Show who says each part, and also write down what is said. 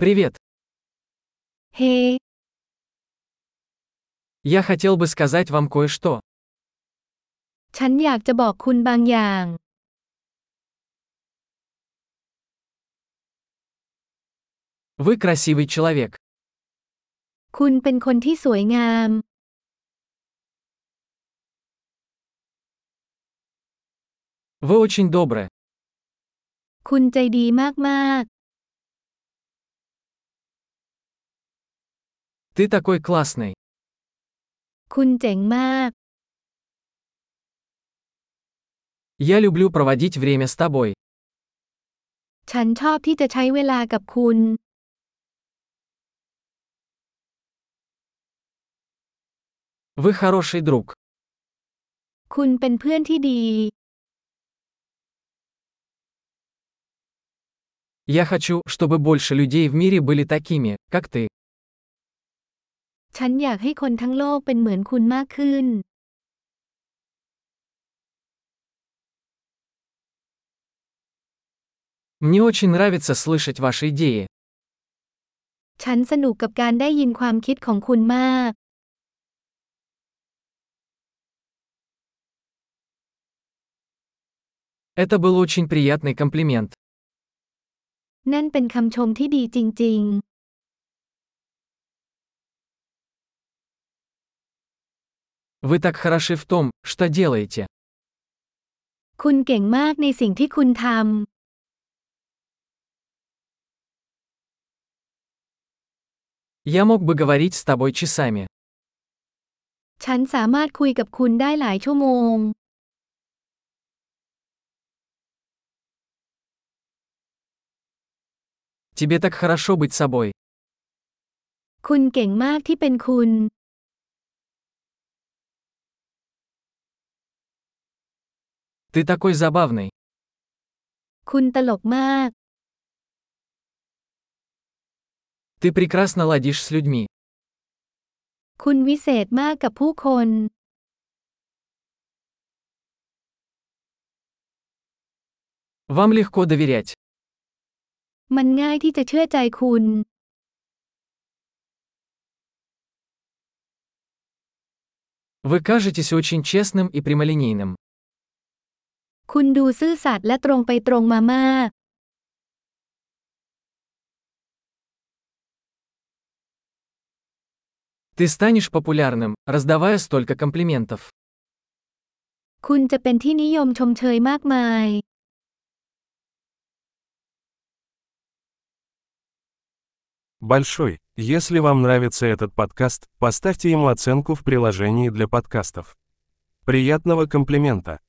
Speaker 1: Привет.
Speaker 2: Hey,
Speaker 1: Я хотел бы сказать вам кое-что.
Speaker 2: ฉันอยากจะบอกคุณบางอย่าง
Speaker 1: Вы красивый человек.
Speaker 2: คุณเป็นคนที่สวยงาม
Speaker 1: Вы очень добры.
Speaker 2: คุณใจดีมากๆ
Speaker 1: Ты такой классный.
Speaker 2: คุณเจ๋งมาก
Speaker 1: Я люблю проводить время с тобой.
Speaker 2: ฉันชอบที่จะใช้เวลากับคุณ
Speaker 1: Вы хороший друг.
Speaker 2: คุณเป็นเพื่อนที่ดี
Speaker 1: Я хочу, чтобы больше людей в мире были такими, как ты.
Speaker 2: ฉันอยากให้คนทั้งโลกเป็นเหมือนคุณมากขึ้น
Speaker 1: Мне очень нравится слышать ваши идеи.
Speaker 2: ฉันสนุกกับการได้ยินความคิดของคุณมาก
Speaker 1: Это был очень приятный комплимент.
Speaker 2: นั่นเป็นคำชมที่ดีจริง
Speaker 1: Вы так хороши в том, что делаете.
Speaker 2: ๆ คุณเก่งมากในสิ่งที่คุณท
Speaker 1: Я мог бы говорить с тобой часами.
Speaker 2: ำ ฉันสามารถคุยกับคุณได้หลายชั่วโมง
Speaker 1: Тебе так хорошо быть собой.
Speaker 2: คุณเก่งมากที่เป็นคุณ
Speaker 1: Ты такой забавный.
Speaker 2: คุณตลกมาก
Speaker 1: Ты прекрасно ладишь с людьми.
Speaker 2: คุณวิเศษมากกับผู้คน
Speaker 1: Вам легко доверять.
Speaker 2: มันง่ายที่จะเชื่อใจคุณ
Speaker 1: Вы кажетесь очень честным и прямолинейным.
Speaker 2: คุณดูซื่อสัตย์และตรงไปตรงมามาก
Speaker 1: Ты станешь популярным, раздавая столько комплиментов.
Speaker 2: คุณจะเป็นที่นิยมชมเชยมากมาย
Speaker 3: Большой, если вам нравится этот подкаст, поставьте ему оценку в приложении для подкастов. Приятного комплимента!